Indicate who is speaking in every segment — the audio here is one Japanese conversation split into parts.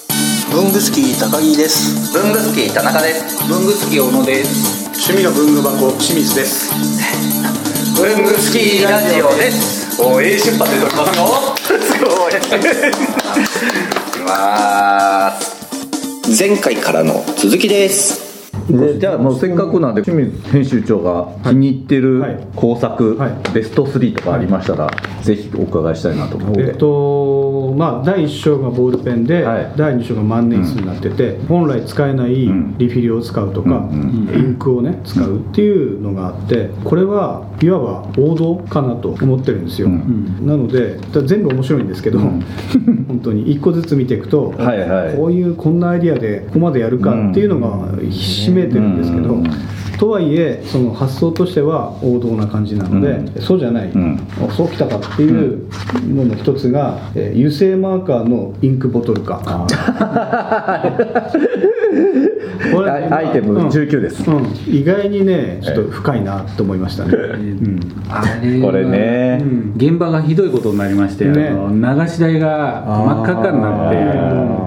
Speaker 1: 文具好き高木です
Speaker 2: 文具好き田中です文具好き小野です
Speaker 1: 趣味の文具箱清水です
Speaker 2: 文具好きラジオですおー A 出発で撮りますよすごい行きます
Speaker 3: 前回からの続きです
Speaker 4: でじゃあもうせっかくなんで清水編集長が気に入ってる工作、ベスト3とかありましたら、ぜひお伺いしたいなと思って、
Speaker 5: えっとまあ、第1章がボールペンで、
Speaker 4: はい
Speaker 5: 第2章が万年筆になってて、本来使えないリ
Speaker 4: ん
Speaker 5: フィルを使うとか、
Speaker 4: うん
Speaker 5: インクをね使うっていうのがあってこれはいわば王道かなと思ってるんですよ、
Speaker 4: うん
Speaker 5: なのでだ全部面白いんですけど、
Speaker 4: うん
Speaker 5: 本当に1個ずつ見ていくと、
Speaker 4: はいはい
Speaker 5: こういうこんなアイディアでここまでやるかっていうのがひしめいてるんですけど、
Speaker 4: うん
Speaker 5: とはいえその発想としては王道な感じなので、
Speaker 4: う
Speaker 5: そうじゃない、
Speaker 4: ん
Speaker 5: そうきたかっていうのの一つが、えー油性マーカーのインクボトル化 これ
Speaker 4: アイアイテム
Speaker 5: うん
Speaker 4: 19です
Speaker 5: うん意外にねちょっと深いなと思いましたね、うん
Speaker 6: あれは
Speaker 4: これね、
Speaker 5: うん
Speaker 6: 現場がひどいことになりまして、
Speaker 5: ね
Speaker 6: あの流し台が真っ赤っかに
Speaker 4: あ
Speaker 6: なっ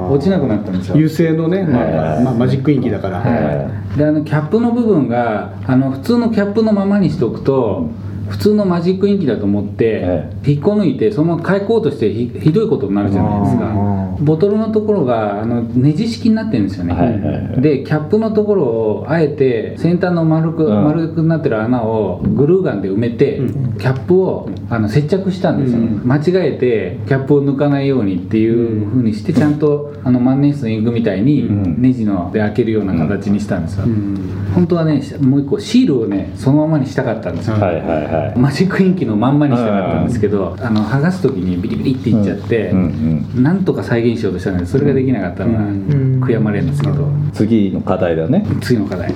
Speaker 6: て落ちなくなったんですよ
Speaker 5: 油性のね、まあまあマジックインキだから、
Speaker 6: はい、であのキャップの部分があの普通のキャップのままにしておくと普通のマジックインキだと思って、
Speaker 4: え
Speaker 6: 引っこ抜いてそのまま開こうとしてひひどいことになるじゃないですかボトルのところがあのネジ式になってるんですよね、
Speaker 4: はいはいは
Speaker 6: でキャップのところをあえて先端の丸く、
Speaker 4: うん
Speaker 6: 丸くなってる穴をグルーガンで埋めて、キャップをあの接着したんですよ、
Speaker 5: うん
Speaker 6: 間違えてキャップを抜かないようにっていうふうにしてちゃんとあの万年筆のインクみたいに
Speaker 4: ん
Speaker 6: ネジので開けるような形にしたんですよ、
Speaker 5: うん
Speaker 6: 本当はねもう一個シールをねそのままにしたかったんですよ、
Speaker 4: はいはいはい
Speaker 6: マジックインキのまんまにしたかったんですけど、あの剥がす時にビリビリっていっちゃって、
Speaker 4: うんうん
Speaker 6: なんとか再現しようとしたのでそれができなかったのが悔やまれるんですけど、
Speaker 4: 次の課題だね
Speaker 6: 次の課題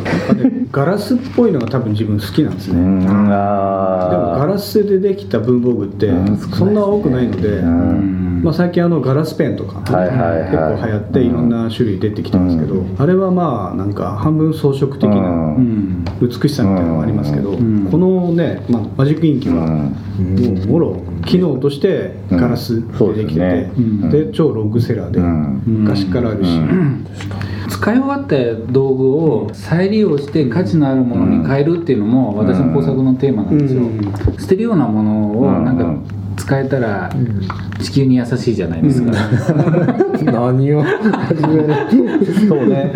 Speaker 5: ガラスっぽいのが多分自分好きなんです
Speaker 4: う
Speaker 5: ね、
Speaker 4: ん
Speaker 5: でもガ
Speaker 4: あ
Speaker 5: ラスでできた文房具って
Speaker 4: うん
Speaker 5: そんな多くないので、
Speaker 4: ーうん
Speaker 5: まあ、最近あのガラスペンとか、
Speaker 4: はいはいはい
Speaker 5: 結構流行っていろんな種類出てきてますけど、あれはまあなんか半分装飾的な
Speaker 6: う、ん
Speaker 5: 美しさみたいなのがありますけど、
Speaker 6: ん
Speaker 5: このね、まあ、マジックインキ
Speaker 4: う
Speaker 5: は
Speaker 4: ん
Speaker 5: もうもろ機能としてガラス
Speaker 4: そうで
Speaker 5: でですきてて、
Speaker 4: ねうん
Speaker 5: で超ロングセラーで
Speaker 4: うん
Speaker 5: 昔からあるし、
Speaker 6: 使い終わった道具を再利用して価値のあるものに変えるっていうのも私の工作のテーマなんですよ、
Speaker 5: う
Speaker 6: 捨てるようなものをなん
Speaker 4: う
Speaker 6: か
Speaker 4: ん
Speaker 6: 使えたら地球に優しいじゃないですか、
Speaker 7: 何を始める
Speaker 4: そうね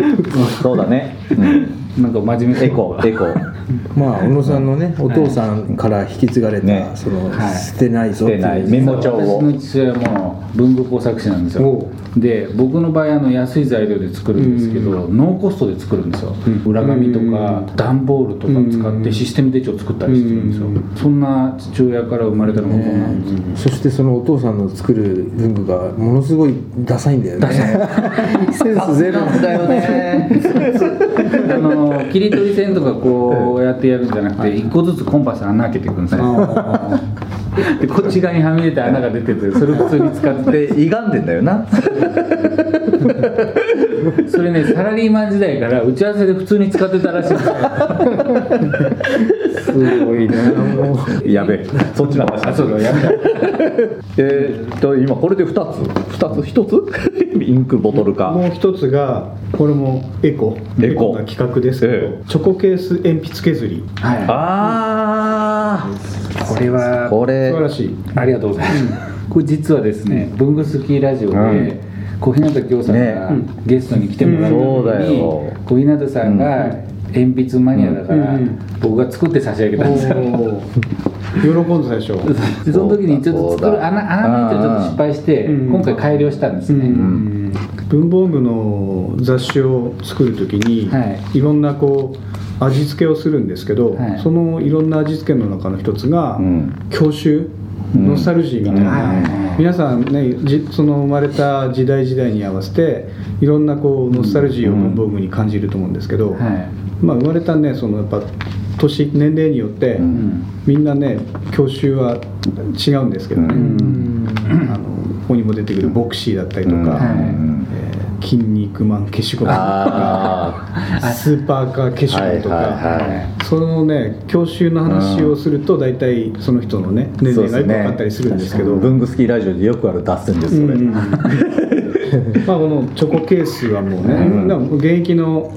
Speaker 4: そうだね、うん、
Speaker 6: なんか真面目
Speaker 4: エコエコ
Speaker 7: まあ小野さんのねお父さんから引き継がれた、
Speaker 4: ね
Speaker 7: その、
Speaker 6: はい
Speaker 7: 捨てないぞ
Speaker 4: 捨
Speaker 7: ってい
Speaker 4: て
Speaker 7: う
Speaker 4: ないメモ帳
Speaker 6: 私
Speaker 4: を
Speaker 6: の父親も文具工作士なんですよ
Speaker 5: お
Speaker 6: で僕の場合あの安い材料で作るんですけどノーコストで作るんですよ、裏紙とか段ボールとか使ってシステム手帳作ったりしてるんですよ、そんな父親から生まれたのがこんなんですよ、
Speaker 7: そしてそのお父さんの作る文具がものすごいダサいんだよねセンスゼロ
Speaker 4: だよね
Speaker 6: あの切り取り線とかこうやってやるんじゃなくて一個ずつコンパス穴開けていくんですよ でこっち側にはみ出て穴が出ててそれ普通に使って
Speaker 4: で歪んでんだよな
Speaker 6: それねサラリーマン時代から打ち合わせで普通に使ってたらしいんですよ
Speaker 4: すごいねやべえそっちの話
Speaker 6: あそうだやめた
Speaker 4: えーっと今これで2つ2つ1つ インクボトル
Speaker 5: も
Speaker 4: か
Speaker 5: う一つがこれもエコ
Speaker 4: エコ
Speaker 5: な企画ですけど、
Speaker 4: ええ
Speaker 5: チョコケース鉛筆削り
Speaker 6: は
Speaker 4: あ
Speaker 6: い、これは
Speaker 4: あこれ
Speaker 5: 素晴らしい
Speaker 6: ありがとうございます。これ実はですね、文具好きラジオで、
Speaker 4: うん
Speaker 6: 小日向京さんが
Speaker 4: ね
Speaker 6: ゲストに来てもら
Speaker 4: うんそう
Speaker 6: った時
Speaker 4: だ
Speaker 6: に、
Speaker 4: よ
Speaker 6: 小日向さんが鉛筆マニアだから、
Speaker 5: うん
Speaker 6: 僕が作って差し上げたんですよ。
Speaker 5: おー喜んだでしょ
Speaker 6: でその時にちょっと作
Speaker 4: そう
Speaker 6: る
Speaker 4: だ
Speaker 6: 穴穴の位置をちょっと失敗して、
Speaker 5: うん
Speaker 6: 今回改良したんです
Speaker 5: う
Speaker 6: ね。
Speaker 5: ん文房具の雑誌を作る時に、、
Speaker 6: はい
Speaker 5: ろんなこう味付けをするんですけど、
Speaker 6: はい
Speaker 5: そのいろんな味付けの中の一つが、
Speaker 4: うん
Speaker 5: 郷愁ノスタルジーみたいな、皆さんねじその生まれた時代時代に合わせていろんなこうノスタルジーを文房具に感じると思うんですけど、
Speaker 6: はい。
Speaker 5: まあ、生まれたねそのやっぱ年年齢によって、
Speaker 6: うん
Speaker 5: みんなね郷愁は違うんですけどね、あのここにも出てくるボクシーだったりとか、
Speaker 4: うん
Speaker 6: は
Speaker 5: えー筋肉マン消しゴムとか
Speaker 4: あ
Speaker 5: スーパーカー消しゴムとか、
Speaker 4: はいはいはい
Speaker 5: そのね教習の話をすると大体その人のね年齢がよく分かったりするんですけど
Speaker 4: 文具好きラジオでよくある脱線ですそれ、
Speaker 5: うんまあこのチョコケースはもうね、みんな現役のおお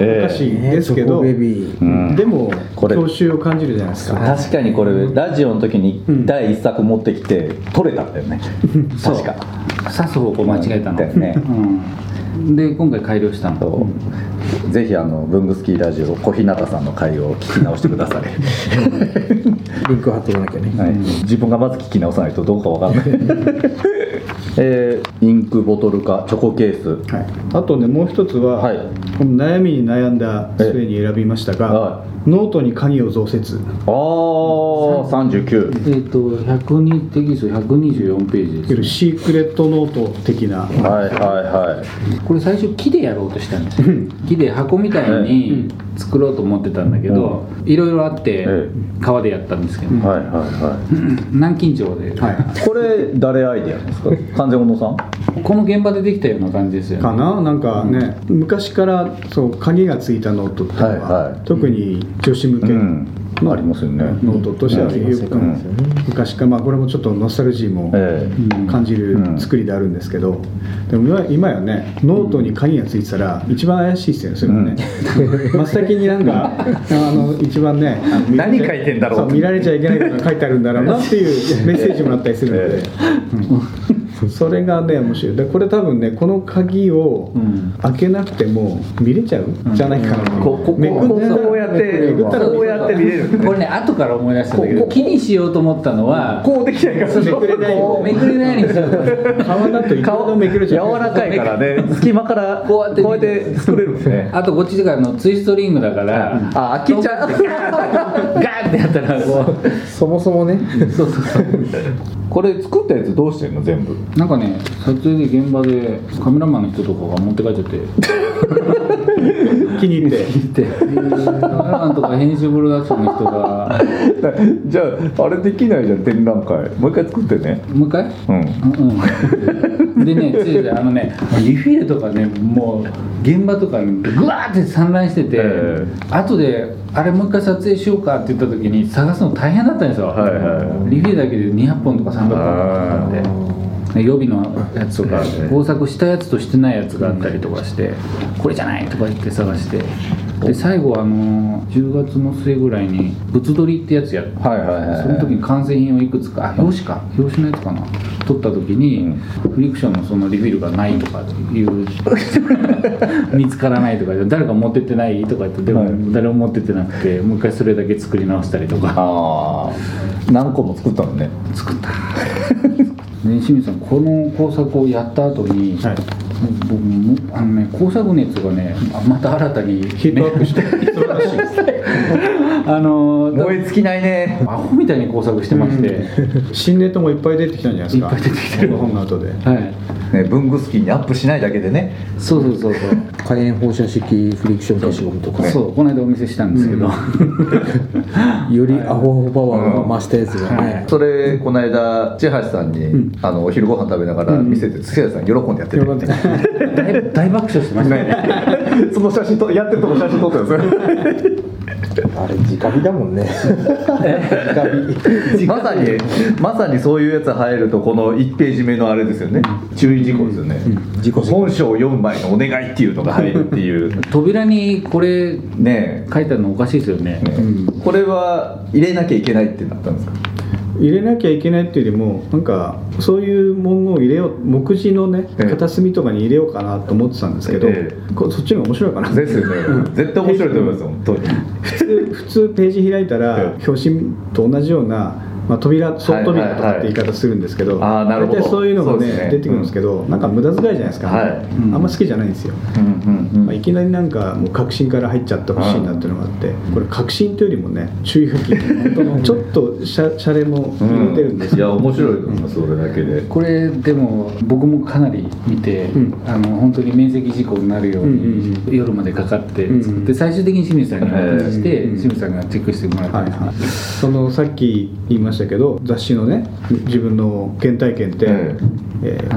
Speaker 4: ええ
Speaker 5: 菓子ですけ
Speaker 7: チョコ
Speaker 5: ど、
Speaker 7: ベビー
Speaker 5: でも
Speaker 4: これ
Speaker 5: 郷愁を感じるじゃないですか。
Speaker 4: 確かにこれラジオの時に第一作持ってきて取れたんだよね
Speaker 6: そう
Speaker 4: 確か
Speaker 6: 刺す方向間違えたの
Speaker 4: だよね
Speaker 6: うん、で今回改良したの
Speaker 4: そうぜひあの文具スキーラジオ小日向さんの回を聞き直してください、
Speaker 7: リンク貼っとかなきゃね
Speaker 4: はい、自分がまず聞き直さないとどうかわかん ないえーインクボトル化チョコケース
Speaker 5: はい、あとねもう一つは、
Speaker 4: はい
Speaker 5: この悩みに悩んだ末に選びました
Speaker 4: ええ
Speaker 5: が
Speaker 4: は、
Speaker 5: ノートに鍵を増設。
Speaker 4: ああ
Speaker 6: えっ
Speaker 4: 39、
Speaker 6: と102テキスト124ページ
Speaker 5: いわゆ
Speaker 6: で
Speaker 5: る
Speaker 6: す
Speaker 5: シークレットノート的な、
Speaker 4: はいはいはい
Speaker 6: これ最初木でやろうとしたんですよ木で箱みたいに作ろうと思ってたんだけどいろいろあって
Speaker 4: え
Speaker 6: 川でやったんですけど
Speaker 4: はいはいは
Speaker 6: 南京錠で
Speaker 4: いこれ誰アイデアなんですか完全小野さん
Speaker 6: この現場でできたような感じですよ
Speaker 5: か
Speaker 6: ね
Speaker 5: ななんかね、昔からそう鍵がついたノートっていうのは、
Speaker 4: はいはい
Speaker 5: 特に女子向け
Speaker 4: うん
Speaker 5: の
Speaker 4: ありますよね
Speaker 5: ノートとしてはよく昔から、まあ、これもちょっとノスタルジーも
Speaker 4: え
Speaker 5: 感じる
Speaker 4: うん
Speaker 5: 作りであるんですけど、でも今今やねノートに鍵がついてたら一番怪しいですよねそれもね、真っ先になん かあの一番ねあの見られち
Speaker 4: 何
Speaker 5: ゃ
Speaker 4: 書いてんだろう
Speaker 5: そ見られちゃいけないことが書いてあるんだろうなっ ていうメッセージもあったりするので、うん それがね面白いでこれ多分ねこの鍵を
Speaker 6: ん
Speaker 5: 開けなくても見れちゃうんじゃないかな、
Speaker 4: こここ
Speaker 5: めくったら
Speaker 4: こうやって
Speaker 5: めくったら
Speaker 4: こうやって見れる
Speaker 6: これね後から思い出したんだけど木にしようと思ったのは
Speaker 4: こうできないから
Speaker 6: そうそ
Speaker 5: め
Speaker 6: う
Speaker 5: くれない
Speaker 6: こうめくれないようにしようと思った
Speaker 5: 顔だといくらでもめくれちゃう
Speaker 4: 柔らかいから ね隙間から
Speaker 6: こう
Speaker 4: こ
Speaker 6: やって
Speaker 4: うやって作れるんですね
Speaker 6: あとこっちがあのツイストリングだから、
Speaker 4: あ開けちゃう
Speaker 6: ガーンってやったらこう
Speaker 7: そもそもね
Speaker 6: そうそうそう
Speaker 4: これ作ったやつどうしてんの全部
Speaker 6: なんかね撮影で現場でカメラマンの人とかが持って帰っちゃって
Speaker 5: 気に入って
Speaker 6: 見てカメラマンとか編集プロダクションの人が
Speaker 4: じゃああれできないじゃん展覧会もう一回作ってね
Speaker 6: もう一回
Speaker 4: うん
Speaker 6: うんうん、でね、ついであのね、リフィールとかね、もう現場とかにぐわーって散乱してて、
Speaker 4: え
Speaker 6: 後で、あれ、もう一回撮影しようかって言った時に、探すの大変だったんですよ、
Speaker 4: はいは
Speaker 6: リフィールだけで200本とか300本とかあって、ね予備のやつとか、工作したやつとしてないやつがあったりとかして、これじゃないとか言って探して。で最後あの10月の末ぐらいに「物撮り」ってやつやっ
Speaker 4: はいはいはい
Speaker 6: その時に完成品をいくつかあ表紙か表紙のやつかな撮った時に、フリクションのそのリフィールがないとかっていう 見つからないとか誰か持ってってないとか言ってでも誰も持ってってなくてもう一回それだけ作り直したりとか
Speaker 4: ああ何個も作ったのね
Speaker 6: 作った。ね、清水さんこの工作をやった後に、
Speaker 5: はい
Speaker 6: 僕もあのね工作熱がねあまた新たに、ね、
Speaker 5: ヒートアップして素晴らしい
Speaker 6: あの
Speaker 4: 燃え尽きないね
Speaker 6: アホみたいに工作してまして、
Speaker 5: 新ネタもいっぱい出てきたんじゃないですか
Speaker 6: いっぱい出てきてる
Speaker 5: 本の後で
Speaker 6: はい
Speaker 4: ね文具スキーにアップしないだけでね
Speaker 6: そうそうそうそう
Speaker 7: 火炎放射式フリクション消しゴムとか
Speaker 6: そうこの間お見せしたんですけど、
Speaker 7: よりアホアホパワーが増したやつがね
Speaker 4: それこの間千橋さんに、あのお昼ご飯食べながら見せて千橋さん喜んでやってる、
Speaker 6: 大 大爆笑してましたね
Speaker 4: そ の写真とやってるとこ写真撮ってるんですよ
Speaker 7: あれ直火だもんね
Speaker 4: まさにまさにそういうやつ入るとこの1ページ目のあれですよね注意事項ですよね、本書を読む前のお願いっていうのが入るって いう
Speaker 6: 扉にこれ
Speaker 4: ね
Speaker 6: 書いてあるのおかしいですよね
Speaker 4: え、ねえこれは入れなきゃいけないってなったんですか
Speaker 5: 入れなきゃいけないっていうよりもなんかそういう文言を入れよう目次のね
Speaker 4: ええ
Speaker 5: 片隅とかに入れようかなと思ってたんですけど、
Speaker 4: え
Speaker 5: こうそっちの方が面白いかな
Speaker 4: ですよね絶対面白いと思いますよ本当に
Speaker 5: 普通普通ページ開いたら
Speaker 4: ええ
Speaker 5: 表紙と同じような、まあ、扉外扉とかって言い方するんですけ
Speaker 4: は
Speaker 5: ど
Speaker 4: いはいはいあーなる
Speaker 5: 大
Speaker 4: ほど
Speaker 5: 体そういうのがね
Speaker 4: そうですね
Speaker 5: 出てくるんですけど、なんか無駄遣いじゃないですか、
Speaker 4: はい
Speaker 5: あんま好きじゃないんですよ、
Speaker 4: うんうん
Speaker 5: まあ、いきなりなんかもう確信から入っちゃってほしいなっていうのがあって、これ確信というよりもね注意書き本当のちょっとシャシャレも
Speaker 4: う
Speaker 5: 入れてるん
Speaker 4: ん
Speaker 5: です
Speaker 4: い
Speaker 5: け
Speaker 4: や
Speaker 5: ど、
Speaker 4: 面白いと思いますそれだけで
Speaker 6: これでも僕もかなり見て、
Speaker 5: う
Speaker 6: あの本当に面積事故になるように、
Speaker 5: うんうん
Speaker 6: 夜までかかって
Speaker 5: うんうん
Speaker 6: 作って最終的に清水さんにお渡しして、
Speaker 5: ええ
Speaker 6: 清水さんがチェックしてもらったん
Speaker 5: はい
Speaker 6: ですね、
Speaker 5: はい、そのさっき言いましたけど雑誌のね自分の原体験って、
Speaker 4: え
Speaker 5: えー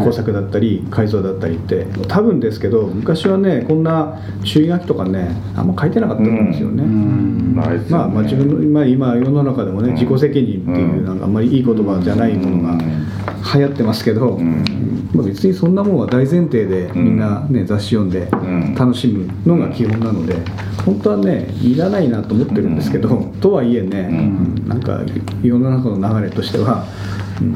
Speaker 5: 工作だったり改造だったりって多分ですけど昔はねこんな注意書きとかねあんま書いてなかったんですよね。
Speaker 6: うん
Speaker 4: ないですよね
Speaker 5: まあ、まあ自分の、まあ、今世の中でもね自己責任っていううんなんかあんまりいい言葉じゃないものが
Speaker 4: うん
Speaker 5: 流行ってますけど、
Speaker 4: ん
Speaker 5: まあ、別にそんなもんは大前提でみんな、ね雑誌読んで
Speaker 4: ん
Speaker 5: 楽しむのが基本なので本当はねいらないなと思ってるんですけど、とはいえね、なんか世の中の流れとしては、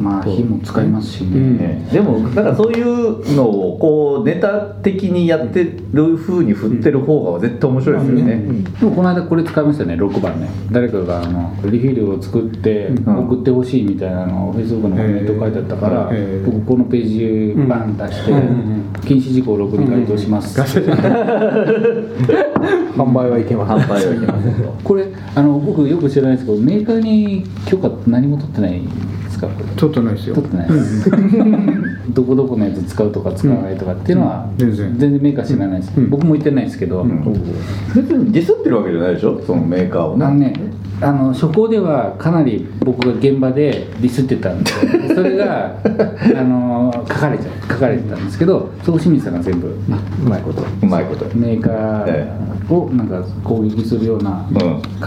Speaker 6: まあ火も使いますしね、
Speaker 4: ねでもなんかそういうのをこうネタ的にやってる風に振ってる方が絶対面白いですよね、
Speaker 6: でもこの間これ使いましたね6番ね誰かがあのリフィールを作って送ってほしいみたいなのをフェイスブックのコメント書いてあったから、
Speaker 5: えー
Speaker 6: 僕このページバン出して、禁止事項6に回答します、
Speaker 8: 販売はいけません
Speaker 4: 販売はいけませんけ ど
Speaker 6: これあの僕よく知らないですけどメーカーに許可何も取ってないですかこれ
Speaker 5: ちょっとないですよ
Speaker 6: 取ってないです どこどこのやつ使うとか使わないとかっていうのは
Speaker 5: ん全然
Speaker 6: メーカー知らないです、
Speaker 5: ん
Speaker 6: 僕も言ってないですけど、
Speaker 4: 別にディスってるわけじゃないでしょそのメーカーを
Speaker 6: あの
Speaker 4: ね
Speaker 6: ね、あの初行ではかなり僕が現場でディスってたんでそれがあの書かれちゃう書かれてたんですけどそこ清水さんが全部
Speaker 8: うまいこと
Speaker 4: うまいこと
Speaker 6: メーカ
Speaker 4: え
Speaker 6: ーをなんか攻撃するような
Speaker 4: うん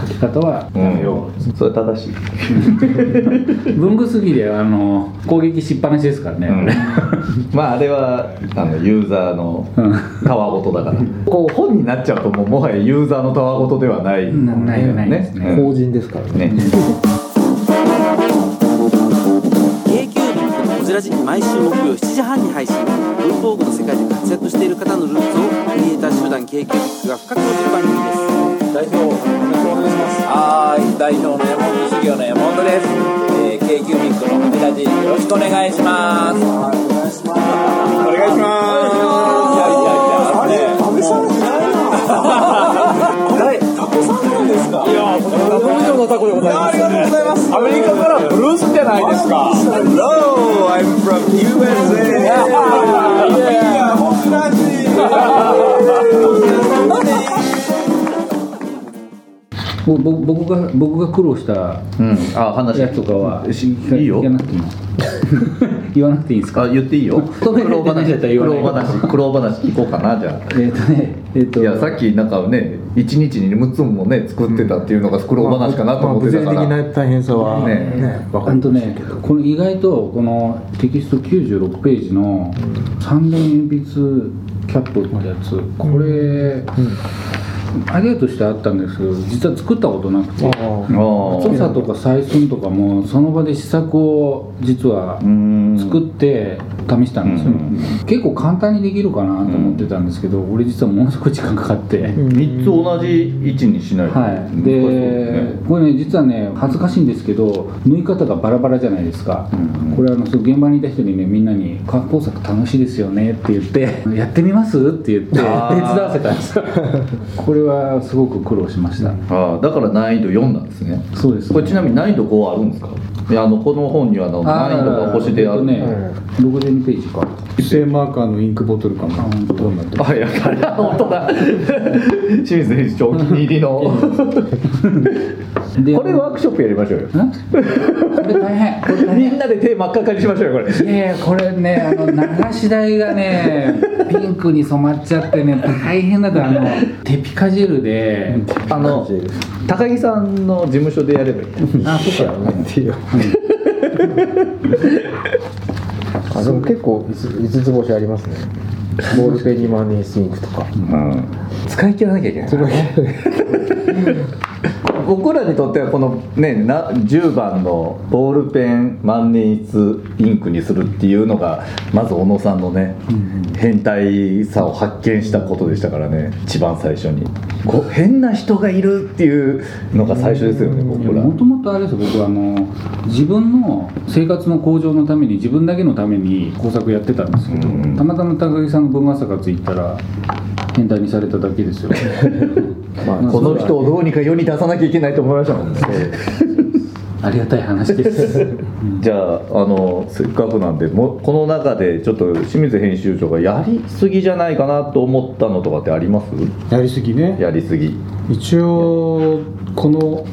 Speaker 6: 書き方はやめよう、
Speaker 4: それ正しい、
Speaker 6: 文具すぎであの攻撃しっぱなしですからね、
Speaker 4: まああれはあのユーザーの
Speaker 6: うん
Speaker 4: たわごとだからこう本になっちゃうともうもはやユーザーのたわごとではない
Speaker 6: なないないですね
Speaker 4: うん
Speaker 8: 法人ですからね
Speaker 4: ね
Speaker 9: k q b のこじらじ毎週木曜7時半に配信文房具の世界で活躍している方のルーツをクリエイター集団 k q b が深く落ちる番組です代表よろしくお願いしますはい代表の山本修行の山本です、えー、k q b のこじらじよろしくお願いしますお願いしますお願いしますいやいやいやあれタコさんじゃないなあれタコさんなんですかいや本当のタコでございますありがとうございますアメリカからブルースじゃないですか Hello, I'm from USA. Yeah, yeah.
Speaker 6: ぼぼ僕が僕が苦労した
Speaker 4: うんあ話
Speaker 6: やつとかは
Speaker 4: いいよ
Speaker 6: 言わなくていいの言わなくていいんですか
Speaker 4: あ言っていいよ
Speaker 6: 止められてないんだった
Speaker 4: 苦
Speaker 6: ら言わ
Speaker 4: 労
Speaker 6: ない
Speaker 4: 話苦労話聞こうかなじゃあ
Speaker 6: えっ、とねえっ、と
Speaker 4: いやさっきなんかね一日に6つもね作ってたっていうのが苦労話かなと思ってたから、
Speaker 8: まあ不全的な大変さは
Speaker 4: ね
Speaker 8: ねわか
Speaker 6: あ
Speaker 8: る
Speaker 6: とね、この意外とこのテキスト96ページの三連鉛筆キャップってやつこれ、アイデアとしてあったんですけど実は作ったことなくて
Speaker 4: あー
Speaker 6: 太さとか採寸とかもその場で試作を実は
Speaker 4: うん
Speaker 6: 作って試したんですよ、結構簡単にできるかなと思ってたんですけど、俺実はものすごい時間かかって、
Speaker 4: 3つ同じ位置にしないと
Speaker 6: はい、
Speaker 4: 難し
Speaker 6: で
Speaker 4: そうですね
Speaker 6: これね実はね恥ずかしいんですけど縫い方がバラバラじゃないですか、これあのそう現場にいた人にねみんなに「観光作楽しいですよね」って言って「やってみます?」って言って手伝
Speaker 4: あー
Speaker 6: わせたんです よこれはすごく苦労しました、
Speaker 4: あーだから難易度4なんですね
Speaker 6: そうです
Speaker 4: これちなみに難易度5あるんですかいやあのこの本にはあの難易度が星であ
Speaker 6: えっと
Speaker 4: る
Speaker 6: ね62ページか
Speaker 5: 油性マーカーのインクボトルかもどうなってる
Speaker 4: あいやあれは本当だ 清水選手お気に入りの
Speaker 6: で
Speaker 4: これワークショップやりましょうよ
Speaker 6: んこれ大変こ れ大
Speaker 4: み
Speaker 6: 変
Speaker 4: んなで手真っ赤にしましょうよこれ
Speaker 6: いやいやこれねあの流し台がねピンクに染まっちゃってね大変だったあのテピカジェルで
Speaker 4: あの高木さんの事務所でやればいい
Speaker 6: あそうか
Speaker 8: あでも結構五つ五つ星ありますねボールペンにマネースインクとか
Speaker 4: 使い切らなきゃいけない僕らにとってはこのねな10番のボールペン万年筆インクにするっていうのがまず小野さんのね、変態さを発見したことでしたからね一番最初にこう変な人がいるっていうのが最初ですよね僕ら
Speaker 6: もともとあれですよ僕はあの自分の生活の向上のために自分だけのために工作やってたんですけど、
Speaker 4: うん
Speaker 6: たまたま高木さんの文化活行ったら変態にされただけですよ
Speaker 8: まあ
Speaker 4: この人をどうにか世に出さなきゃいけないと思いましたもんね
Speaker 6: ありがたい話です
Speaker 4: じゃああのせっかくなんでもうこの中でちょっと清水編集長がやりすぎじゃないかなと思ったのとかってあります
Speaker 5: やりすぎね
Speaker 4: やりすぎ、
Speaker 5: 一応この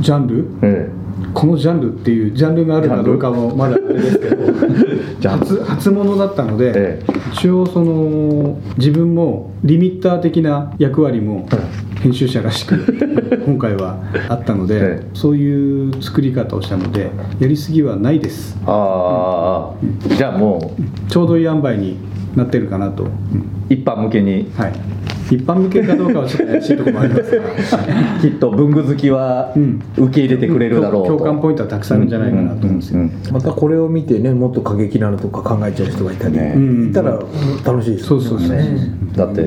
Speaker 5: ジャンル
Speaker 4: え
Speaker 5: このジャンルっていうジャンルがあるかどうかもまだあれですけど
Speaker 4: ジャンル
Speaker 5: 初初物だったので、
Speaker 4: え
Speaker 5: 一応その自分もリミッター的な役割も編集者ら しく今回はあったので、
Speaker 4: ええ
Speaker 5: そういう作り方をしたのでやりすぎはないです
Speaker 4: ああ、じゃあも
Speaker 5: ちょうどいい塩梅になってるかなと、
Speaker 4: う一般向けに
Speaker 5: はい、一般向けかどうかはちょっと怪しいところもありますが
Speaker 4: きっと文具好きは
Speaker 5: うん
Speaker 4: 受け入れてくれるだろうと、
Speaker 5: 共感ポイントはたくさんあるんじゃないかなと思うんですよ、
Speaker 4: うん
Speaker 8: またこれを見てねもっと過激なのとか考えちゃう人がいたり、
Speaker 4: ね
Speaker 8: いたら楽しいです
Speaker 5: そうそうそう
Speaker 4: だって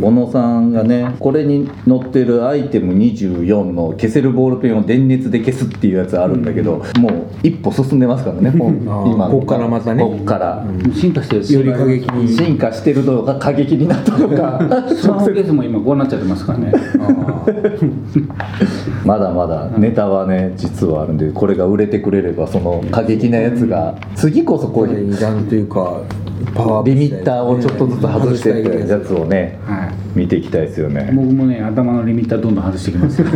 Speaker 4: 小野さんがねこれに載ってるアイテム24の消せるボールペンを電熱で消すっていうやつあるんだけど、もう一歩進んでますからねもう今
Speaker 8: こっからまたね
Speaker 4: こっから、
Speaker 6: 進化してるし
Speaker 8: より過激に
Speaker 4: 進化してるのか過激になったのか
Speaker 6: スマホケースも今こうなっちゃってますからね
Speaker 4: まだまだネタはね実はあるんでこれが売れてくれればその過激なやつが次こそこういう
Speaker 8: 値段というかパワーアップ
Speaker 4: リミ
Speaker 8: したい
Speaker 4: ッターをちょっとずつ外してってやつをね
Speaker 6: は
Speaker 4: 見ていきたいですよ
Speaker 6: い
Speaker 4: ね
Speaker 6: 僕もね頭のリミッターどんどん外してきますよ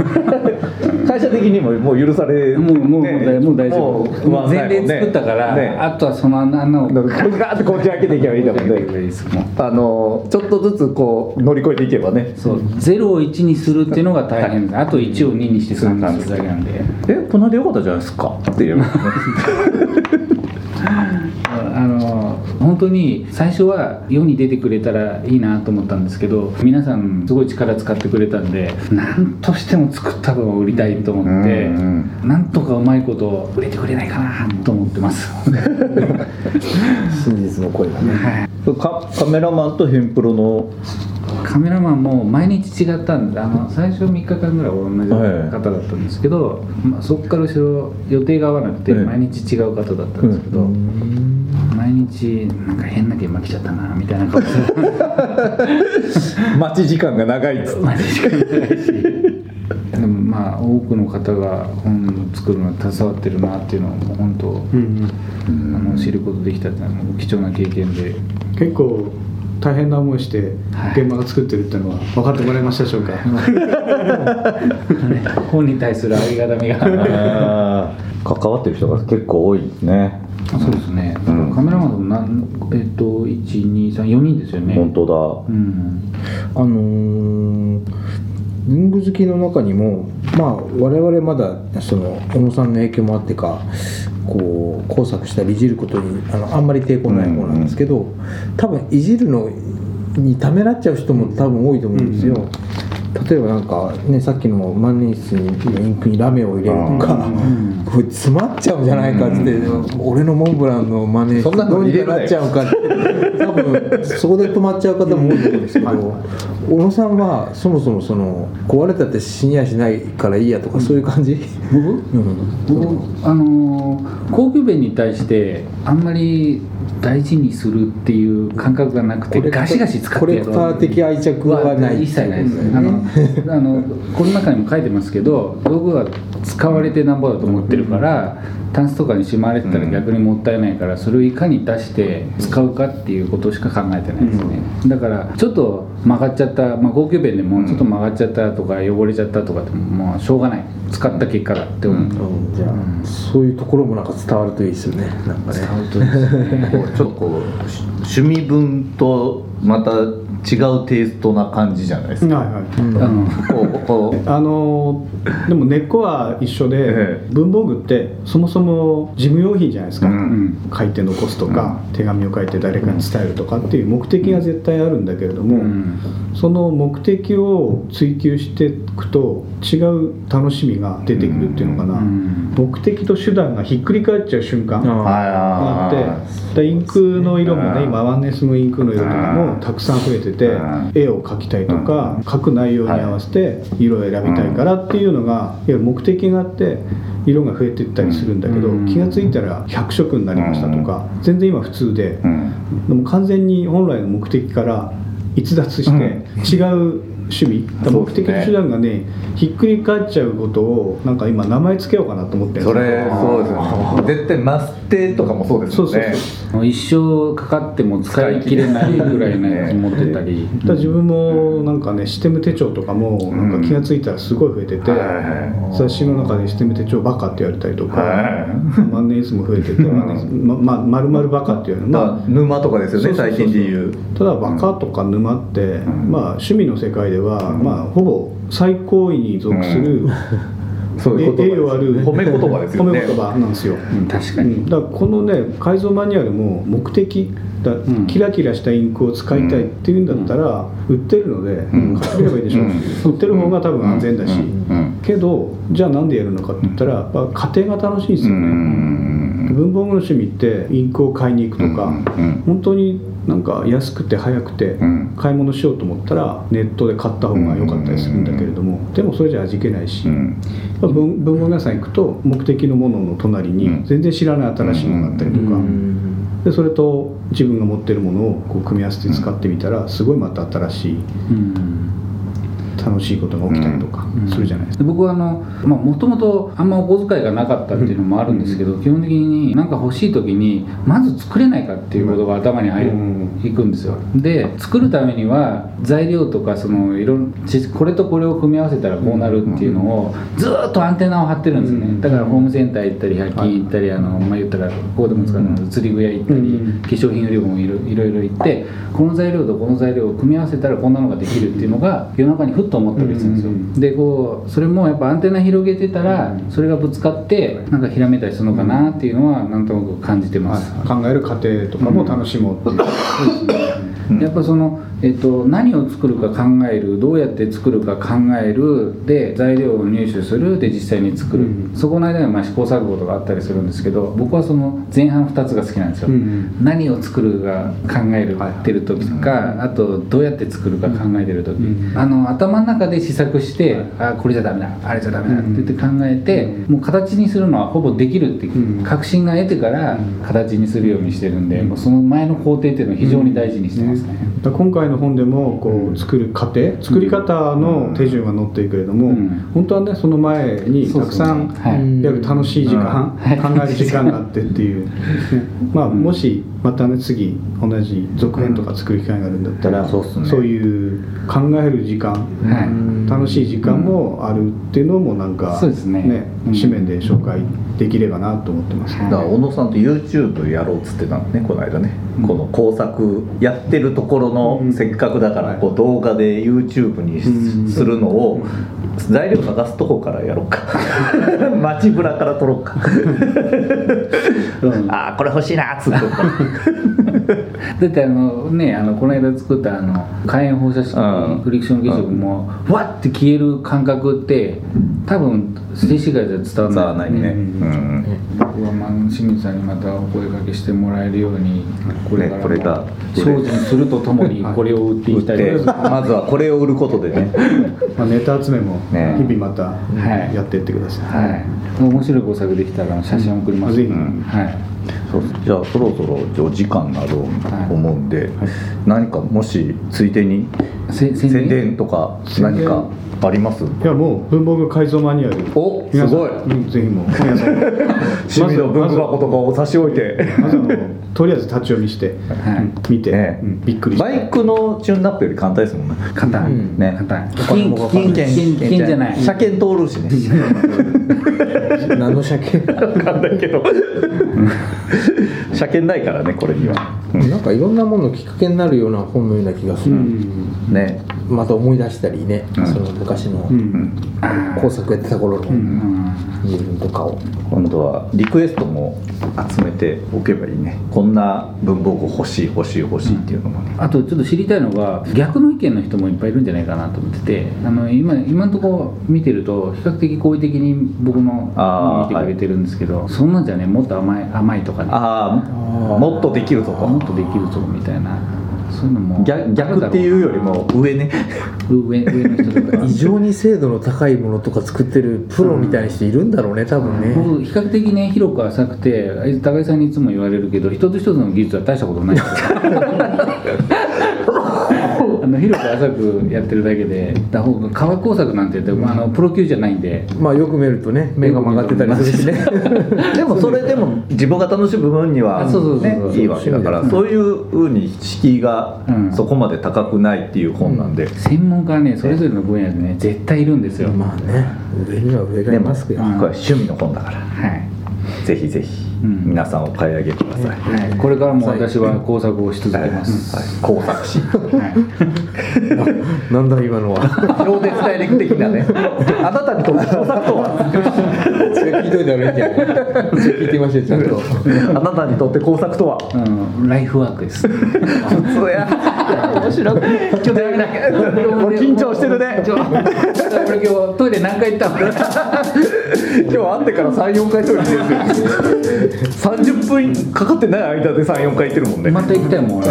Speaker 4: 会社的にももう許され
Speaker 6: もうもうもう大もう大丈
Speaker 4: もう
Speaker 6: 夫前例作ったから、
Speaker 4: ね
Speaker 6: あとはその穴を
Speaker 4: だからこうガーッてこっち開けていけばいいんだもん
Speaker 6: こっち開けていけばいい
Speaker 4: ね
Speaker 6: ですもう
Speaker 4: あのちょっとずつこう乗り越えていけばね
Speaker 6: そう0を1にするっていうのが大変ですあと1を2にして3にするだけなんで
Speaker 4: えこの間よかったじゃないですかっていう
Speaker 6: あの本当に最初は世に出てくれたらいいなと思ったんですけど皆さんすごい力使ってくれたんで何としても作った分を売りたいと思って
Speaker 4: うん
Speaker 6: なんとかうまいこと売れてくれないかなと思っ てます
Speaker 8: 真実の声がね
Speaker 4: カカメラマンとヘンプロの
Speaker 6: カメラマンも毎日違ったんであの最初3日間ぐらい同じ方だったんですけど、まあ、そこから後ろ予定が合わなくて
Speaker 4: ええ
Speaker 6: 毎日違う方だったんですけど、毎日なんか変な現場来ちゃったなみたいな顔する
Speaker 4: 待ち時間が長いっつって
Speaker 6: 毎日来ないしでもまあ多くの方が本を作るのに携わってるなっていうのはもう本当、
Speaker 5: うん
Speaker 6: あの知ることできたっていうのはもう貴重な経験で
Speaker 5: うん、結構大変な思いして
Speaker 6: はい
Speaker 5: 現場が作ってるっていうのは分かってもらいましたでしょうか、
Speaker 6: 本に対するありがたみが。
Speaker 4: あー関わってる人が結構多いですね
Speaker 6: そうですね、
Speaker 4: うん
Speaker 6: カメラマンでもなん、えっと1234人ですよね
Speaker 4: 本当
Speaker 6: うん
Speaker 8: あのー文具好きの中にもまあ我々まだその小野さんの影響もあってかこう工作したりいじることにあのあんまり抵抗ない方なんですけど、多分いじるのにためらっちゃう人も多分多いと思うんですよ。例えばなんかねさっきの万年筆にインクにラメを入れるとか、これ詰まっちゃうんじゃないかっつって、俺のモンブランの万年筆どうにかなっちゃうかって多分そこで止まっちゃう方も多いと思うんですけど小野さんはそもそもその壊れたって死にやしないからいいやとかそういう感じ、うん
Speaker 6: 僕あのー高級弁に対してあんまり大事にするっていう感覚がなくてガシガシ使っ
Speaker 8: コ
Speaker 6: て
Speaker 8: レ
Speaker 6: や
Speaker 8: ク
Speaker 6: ろ
Speaker 8: タ
Speaker 6: う
Speaker 8: ー的愛着はない
Speaker 6: 一切ないです、ね、あのあのこの中にも書いてますけど道具は使われてなんぼだと思ってるからタンスとかにしまわれてたら逆にもったいないからそれをいかに出して使うかっていうことしか考えてないですね、だからちょっと曲がっちゃった、まあ、高級弁でもちょっと曲がっちゃったとか汚れちゃったとかってもまあしょうがない使った結果だって思う、
Speaker 8: うんじゃあ、そういうところもなんか伝わるといいですよねなんかね
Speaker 4: だちょっと こうし趣味分とまた違うテイストな感じじゃないですか、
Speaker 5: はいはい
Speaker 6: あの
Speaker 4: こうこう
Speaker 5: あのーでも根っこは一緒で、
Speaker 4: え
Speaker 5: 文房具ってそもそも事務用品じゃないですか、
Speaker 4: うん
Speaker 6: うん
Speaker 5: 書いて残すとか、手紙を書いて誰かに伝えるとかっていう目的が絶対あるんだけれども、
Speaker 6: うん
Speaker 5: その目的を追求していくと違う楽しみが出てくるっていうのかな、
Speaker 6: うん
Speaker 5: 目的と手段がひっくり返っちゃう瞬間
Speaker 8: あ
Speaker 4: はい
Speaker 5: があって
Speaker 4: あ
Speaker 5: だからインクの色もね今ワンネスのインクの色とか
Speaker 4: うん
Speaker 5: もたくさん増えてて
Speaker 4: うん
Speaker 5: 絵を描きたいとか描く内容に合わせて色を選びたいからっていうのがいや目的があって色が増えていったりするんだけど
Speaker 6: うん
Speaker 5: 気が付いたら100色になりましたとか全然今普通で
Speaker 4: ーうん
Speaker 5: でも完全に本来の目的から逸脱して違う趣味、だから
Speaker 4: そう
Speaker 5: 目
Speaker 4: ですね
Speaker 5: 的と手段がねひっくり返っちゃうことをなんか今名前つけようかなと思ってるん
Speaker 4: そ
Speaker 5: ですよ
Speaker 4: れそうですよね絶対マステとかもそうですよね
Speaker 5: そうそうそう
Speaker 6: もう一生かかっても使い切れないぐらいの やつ持ってたり、
Speaker 5: だから自分もなんかねシステム手帳とかも
Speaker 4: ん
Speaker 5: なんか気が付いたらすごい増えてて、
Speaker 4: はいは
Speaker 5: 雑誌の中でシステム手帳バカって言われたりとか、
Speaker 4: は
Speaker 5: 万年筆も増えてて万年筆まままるまるバカって言われる、
Speaker 4: まあ沼とかですよね
Speaker 5: そうそうそう
Speaker 4: 最近で言う
Speaker 5: ただバカとか沼って、まあ、趣味の世界では、まあ、ほぼ最高位に属する、
Speaker 4: そういう言葉
Speaker 5: 栄養ある
Speaker 4: 褒め言葉ですよね
Speaker 5: 褒め言葉なんですよ、
Speaker 6: 確か
Speaker 5: う
Speaker 6: に、
Speaker 5: んだからこのね改造マニュアルも目的だ、
Speaker 6: ん
Speaker 5: キラキラしたインクを使いたいっていうんだったら、売ってるので、買ってみればいいでしょ、売ってる方が多分安全だし、けどじゃあなんでやるのかって言ったら、やっぱ家庭が楽しいんですよね、文房具の趣味ってインクを買いに行くとか、本当になんか安くて早くて買い物しようと思ったらネットで買った方が良かったりするんだけれども、でもそれじゃ味気ないし、やっぱ文文房具屋さん行くと目的のものの隣に全然知らない新しいものがあったりとか、でそれと自分が持ってるものをこう組み合わせて使ってみたらすごいまた新しい
Speaker 6: うん
Speaker 5: 楽しいことが起きたりとかするじゃないですか。
Speaker 6: で僕はあのもともとあんまお小遣いがなかったっていうのもあるんですけど、基本的に何か欲しい時にまず作れないかっていうことが頭に入る、いくんですよで作るためには材料とかそのいろんちこれとこれを組み合わせたらこうなるっていうのをずーっとアンテナを張ってるんですよね、だからホームセンター行ったり百均行ったり、あのまあ言ったらここでも使うの釣り具屋行ったり、
Speaker 5: うん
Speaker 6: 化粧品売り場もいろいろいろ行ってこの材料とこの材料を組み合わせたらこんなのができるっていうのが夜中にふっと思ったりするんですよ、
Speaker 5: うん
Speaker 6: でこうそれもやっぱアンテナ広げてたらそれがぶつかってなんかひらめいたりするのかなっていうのはなんとなく感じてます、
Speaker 5: 考える過程とかも楽しもうっていう、
Speaker 6: やっぱその、えっと、何を作るか考えるどうやって作るか考えるで材料を入手するで実際に作る、
Speaker 5: うん
Speaker 6: そこの間にまあ試行錯誤とかあったりするんですけど僕はその前半2つが好きなんですよ、
Speaker 5: うん
Speaker 6: 何を作るが考えるってる時とか、あとどうやって作るか考えてる時、
Speaker 5: うん
Speaker 6: あの頭の中で試作して、あこれじゃダメだあれじゃダメだって言って考えて、もう形にするのはほぼできるって
Speaker 5: うん
Speaker 6: 確信が得てから形にするようにしてるんで、もうその前の工程っていうのを非常に大事にしてますね、
Speaker 5: だから今回の本でもこう作る過程作り方の手順は載っているけれども、
Speaker 6: うん
Speaker 5: 本当はねその前に
Speaker 6: そ
Speaker 5: た
Speaker 6: うそう
Speaker 5: くさん
Speaker 6: はい
Speaker 5: やる楽しい時間、
Speaker 6: うん
Speaker 5: 考える時間があってっていう、 まあ、もしまたね次同じ続編とか作る機会があるんだったら、
Speaker 4: うんそうっすね
Speaker 5: いう考える時間、
Speaker 6: はい
Speaker 5: 楽しい時間もあるっていうのもなんか、
Speaker 6: そうですねうん
Speaker 5: 紙面で紹介できればなと思ってますね、
Speaker 4: だから小野さんと YouTube やろうっつってたのねこの間ね、この工作やってるところの、
Speaker 5: うん
Speaker 4: せっかくだからこう動画で YouTube にし
Speaker 5: うん
Speaker 4: するのを、材料探すとこからやろうか 街ブラから撮ろうかああこれ欲しいなっつって
Speaker 6: だってあのねあのこの間作ったあの火炎放射式のフリクション原色も、わって消える感覚って多分静止画じゃ伝わら
Speaker 4: さ
Speaker 6: ない
Speaker 4: あないね、うん
Speaker 6: 僕はまあ清水さんにまたお声掛けしてもらえるようにこれ
Speaker 4: ね
Speaker 6: からも
Speaker 4: これだ
Speaker 6: 精進するとともにこれを売っていきたい
Speaker 4: で
Speaker 6: と思いま
Speaker 4: まずはこれを売ることでね
Speaker 5: まあ、ネタ集めも日
Speaker 4: ね
Speaker 5: 々また
Speaker 6: はい
Speaker 5: やっていってください、
Speaker 6: すはい面白い工作できたら写真送ります、
Speaker 5: うんぜひ
Speaker 6: はい
Speaker 4: そうじゃあそろそろじゃあお時間になろうと思うんで、何かもしついでに
Speaker 6: せ宣
Speaker 4: 宣伝とか何かあります
Speaker 5: いやもう文房具改造マニュアル
Speaker 4: おす
Speaker 5: 皆さん
Speaker 4: ごい
Speaker 5: うんぜひもう皆さん
Speaker 4: 趣味の文具箱とかを差し置いて
Speaker 5: まずあのとりあえず立ち読 みして、
Speaker 6: はい
Speaker 5: 見て、
Speaker 4: ね
Speaker 5: うんびっくりした
Speaker 4: バイクのチューンナップより簡単ですもんね
Speaker 6: 簡単、
Speaker 4: ね
Speaker 6: 簡単
Speaker 4: 金金券
Speaker 6: 金券じゃない
Speaker 4: 車検通るしね
Speaker 8: 何の車検
Speaker 4: 分かんないけど車検ないからねこれには
Speaker 8: なんかいろんなもののきっかけになるような本のような気がする、
Speaker 4: ね
Speaker 8: また思い出したりね、その昔の工作やってた頃の自分とかを、
Speaker 4: 今度はリクエストも集めておけばいいねこんな文房具欲しい欲しい欲しいっていうのもね
Speaker 6: あとちょっと知りたいのが逆の意見の人もいっぱいいるんじゃないかなと思っててあの今今のところ見てると比較的好意的に僕の
Speaker 4: あー
Speaker 6: 見てくれてるんですけど、そんなんじゃねもっと甘い甘いとかね
Speaker 4: ああもっとできるぞ
Speaker 6: も
Speaker 4: と
Speaker 6: っとできるぞみたいなそういうのも
Speaker 4: 逆逆っていうよりも上ね
Speaker 6: 上上の人とか
Speaker 8: 異常に精度の高いものとか作ってるプロみたいな人いるんだろうね多分ね、
Speaker 6: 僕比較的ね広く浅くてあいつ高井さんにいつも言われるけど一つ一つの技術は大したこと ないんですよあの広く浅くやってるだけでだ方が革工作なんて言ってもあのプロ級じゃないんで
Speaker 8: まあよく見るとね目が曲がってたりするしね
Speaker 4: でもそれでも自分が楽しむ分には
Speaker 6: あそうそうそう
Speaker 4: ね
Speaker 6: そう
Speaker 4: いいわけだからそういうふうに敷居が
Speaker 6: うん
Speaker 4: そこまで高くないっていう本なんで
Speaker 6: 専門家はねそれぞれの分野でね絶対いるんですよ、
Speaker 8: まあね上には上が
Speaker 4: で
Speaker 8: い
Speaker 4: も
Speaker 8: ます
Speaker 4: こ
Speaker 8: け
Speaker 4: れ
Speaker 8: ど
Speaker 4: は趣味の本だから
Speaker 6: はい
Speaker 4: ぜひぜひ
Speaker 6: ん
Speaker 4: 皆さんお買い上げください、
Speaker 6: はいこれからも私は工作をし続けます、
Speaker 4: はい、工作士
Speaker 8: なんだ今のは
Speaker 10: 超絶大陸的なねあなたにとって工作とは
Speaker 8: それ聞いといたらいいんじゃないそれ聞いてみましょうちゃんと
Speaker 10: あなたにとって工作とは
Speaker 6: うん、ライフワークです
Speaker 10: 普通や面白いちょっとやめなきゃ 俺緊張してるね
Speaker 6: 緊 張俺今日トイレ何回行ったの
Speaker 10: 今日会ってから34回トイレ行ってるんですよ30分かかってない間で34回行ってるもんね
Speaker 6: また行きたいもん俺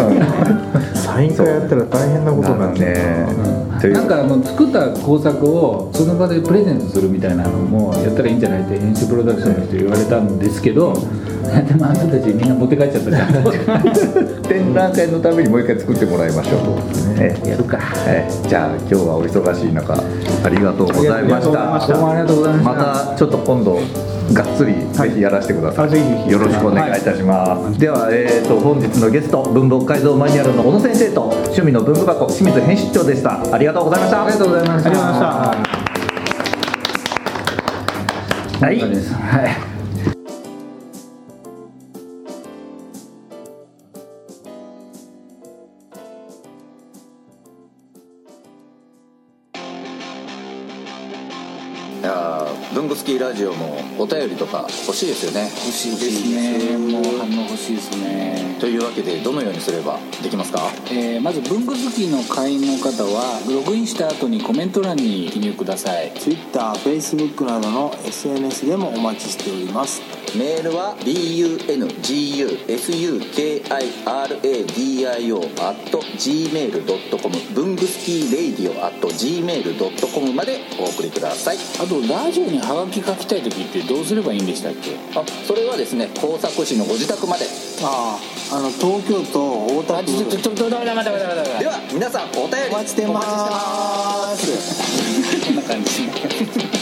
Speaker 8: サイン会やったら大変なことになってる
Speaker 4: ねという
Speaker 6: なんかあの作った工作をその場でプレゼントするみたいなのもやったらいいんじゃないって編集プロダクションの人言われたんですけどでもあんたたちみんな持って帰っちゃったじゃん
Speaker 4: 展覧会のためにもう一回作ってもらいましょうええ
Speaker 6: やるか
Speaker 4: ええじゃあ今日はお忙しい中ありがとうございました
Speaker 6: どうもありがとうございました
Speaker 4: またちょっと今度がっつりぜひやらせてください、よろしくお願いいたします、では、えー、と本日のゲスト文房具改造マニュアルの小野先生と趣味の文具箱清水編集長でしたありがとうございました
Speaker 6: ありがとうございました
Speaker 4: はい
Speaker 6: そうですはい
Speaker 2: いやー文具好きラジオもお便りとか欲しいですよね
Speaker 11: 欲しいですねもう反応欲しいですね
Speaker 2: というわけでどのようにすればできますか
Speaker 11: えーまず文具好きの会員の方はログインした後にコメント欄に記入ください
Speaker 7: TwitterFacebook などの SNS でもお待ちしております
Speaker 2: メールは bungusukiradio.gmail.com 文具スキーレイディオ at gmail.com までお送りください
Speaker 11: あとラジオにハガキ書きたい時ってどうすればいいんでしたっけ
Speaker 2: あそれはですね工作士のご自宅まで
Speaker 7: あああの東京都大田
Speaker 11: あ
Speaker 7: 区
Speaker 11: ちょちょちょちょ待って待って待って待って
Speaker 2: では皆さんお便り
Speaker 7: お待ちしてます
Speaker 2: お待ちし
Speaker 11: こ
Speaker 2: てます
Speaker 11: んな感じ